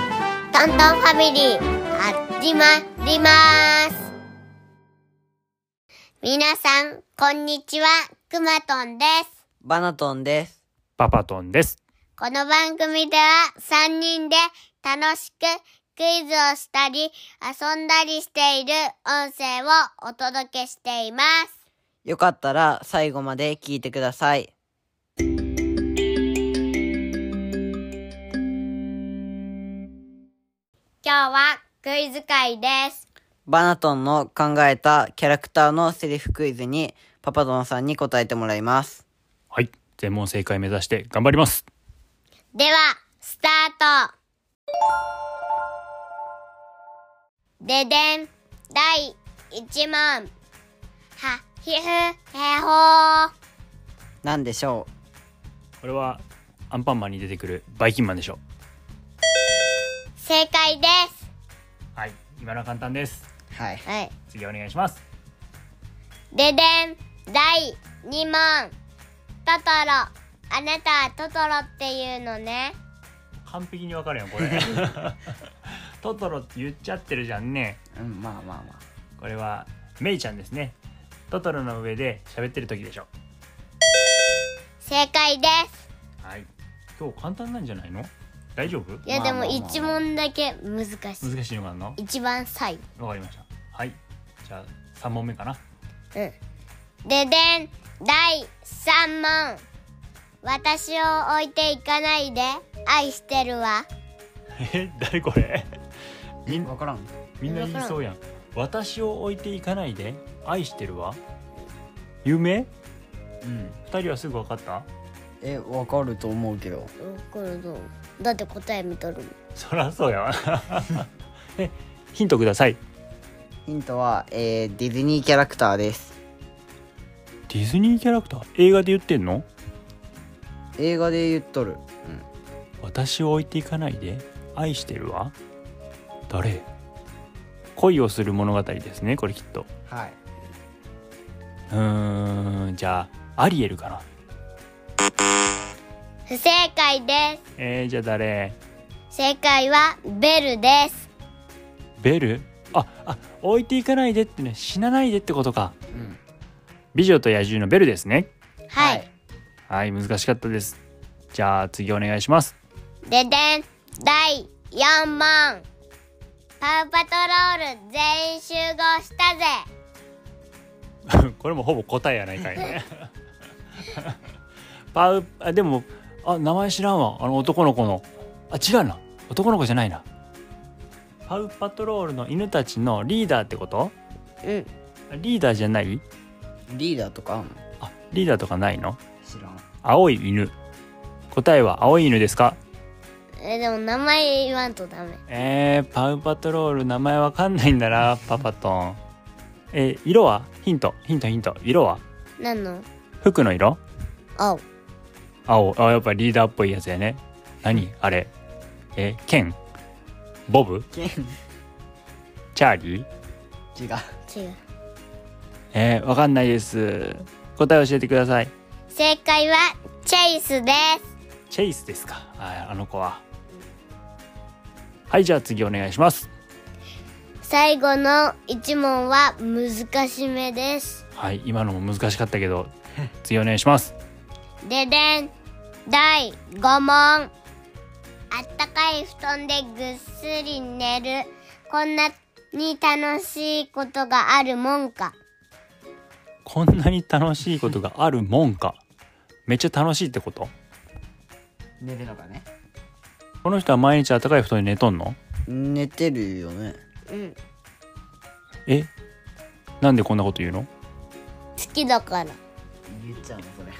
ントンファミリー、始まります。皆さん、こんにちは、くまとんです。バナトンです。パパトンです。この番組では3人で楽しくクイズをしたり、遊んだりしている音声をお届けしています。よかったら最後まで聞いてください。今日はクイズ会です。バナトンの考えたキャラクターのセリフクイズにパパトンさんに答えてもらいます。はい。全問正解目指して頑張ります。では、スタートででん第1問はひふへほなんでしょこれはアンパンマンに出てくるバイキンマンでしょ正解でう。はい。今のは簡単です。うはいす。はい。次お願いします。ででん第2問トトロあなたはトトロっていうのね完璧にわかるよ これ。トトロって言っちゃってるじゃんね。うん、まあまあまあ。これはメイちゃんですね。トトロの上で喋ってる時でしょ。正解ですはい。今日簡単なんじゃないの？大丈夫？いやまあでまもあまあ1問だけ難しい難しいのかな？一番最後わかりました。はい。じゃあ三問目かな。ででん第3問私を置いていかないで愛してるわえ、 誰これ？みんわからん。みんな言いそうやん。私を置いていかないで愛してるわ。夢？うん。二人はすぐ分かった？え、わかると思うけど。これどうだって答え見とるそらそうやわ。 え、ヒントください。ヒントは、えー、ディズニーキャラクターです。ディズニーキャラクター映画で言ってんの？映画で言っとる。私を置いていかないで愛してるわ。誰？恋をする物語ですね。これきっと。はい。うーん、じゃあアリエルかな。不正解でえー、じゃあ誰？す正解はベルですベル？あ、あ、置いていかないでってね、死なないでってことか。うん。美女と野獣のベルですね。はい、。はい、難しかったです。じゃあ次お願いします。ででん第4問パウパトロール全員集合したぜ これもほぼ答えやないかい ね。パウあでもあ名前知らんわ。あの男の子のあ違うな。男の子じゃないな。パウパトロールの犬たちのリーダーってこと？うんリーダーじゃない？リーダーとかあんのあリーダーとかないの？知らん。青い犬。答えは青い犬ですか？えでも名前言わんとダメえー、パウパトロール名前わかんないんだなパパトン。えー色はヒントヒントヒント色は何の服の色？青青あやっぱリーダーっぽいやつやね何あれえ剣ボブケン、違う。チャーリー違うえー、わかんないです答え教えてください正解はチェイスですチェイスですかああの子ははいじゃあ次お願いします最後の一問は難しめです。はい今のも難しかったけ ど次お願いしますででん第5問あったかい布団でぐっすり寝るこんなに楽しいことがあるもんかこんなに楽しいことがあるもんかめっちゃ楽しいってこと寝るのかね。この人は毎日暖かい布団に寝とんの寝てるよね。うんえなんでこんなこと言うの好きだから言っちゃうの、それ。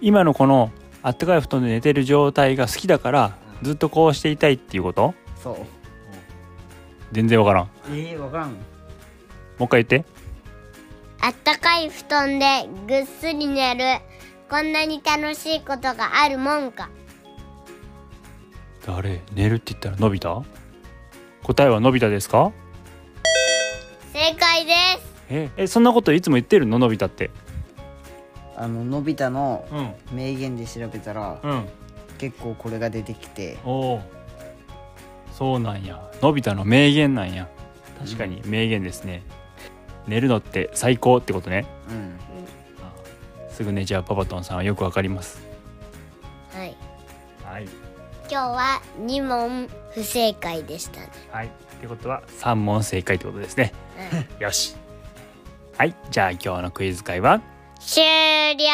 今のこのあったかい布団で寝てる状態が好きだからずっとこうしていたいっていうことそう。全然わからんもえー、わからん。う一回言ってあったかい布団でぐっすり寝るこんなに楽しいことがあるもんか誰寝るって言ったらのび太答えはのび太ですか正解ですええそんなこといつも言ってるののび太ってあの、のび太のうん名言で調べたら、うん結構これが出てきておおそうなんやのび太の名言なんや確かに名言ですね、寝るのって最高ってことねうんすぐ寝ちゃうパパトンさんはよくわかりますはい。はい今日は二問不正解でしたね。はいってことは3問正解ってことですねうん、よしはいじゃあ今日のクイズ会は終了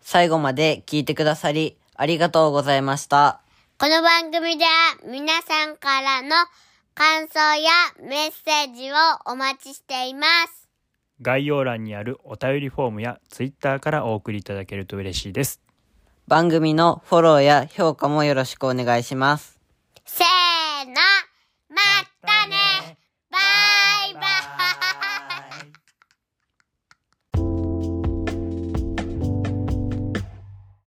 最後まで聞いてくださりありがとうございましたこの番組では皆さんからの感想やメッセージをお待ちしています。概要欄にあるお便りフォームや Twitter からお送りいただけると嬉しいです番組のフォローや評価もよろしくお願いしますせー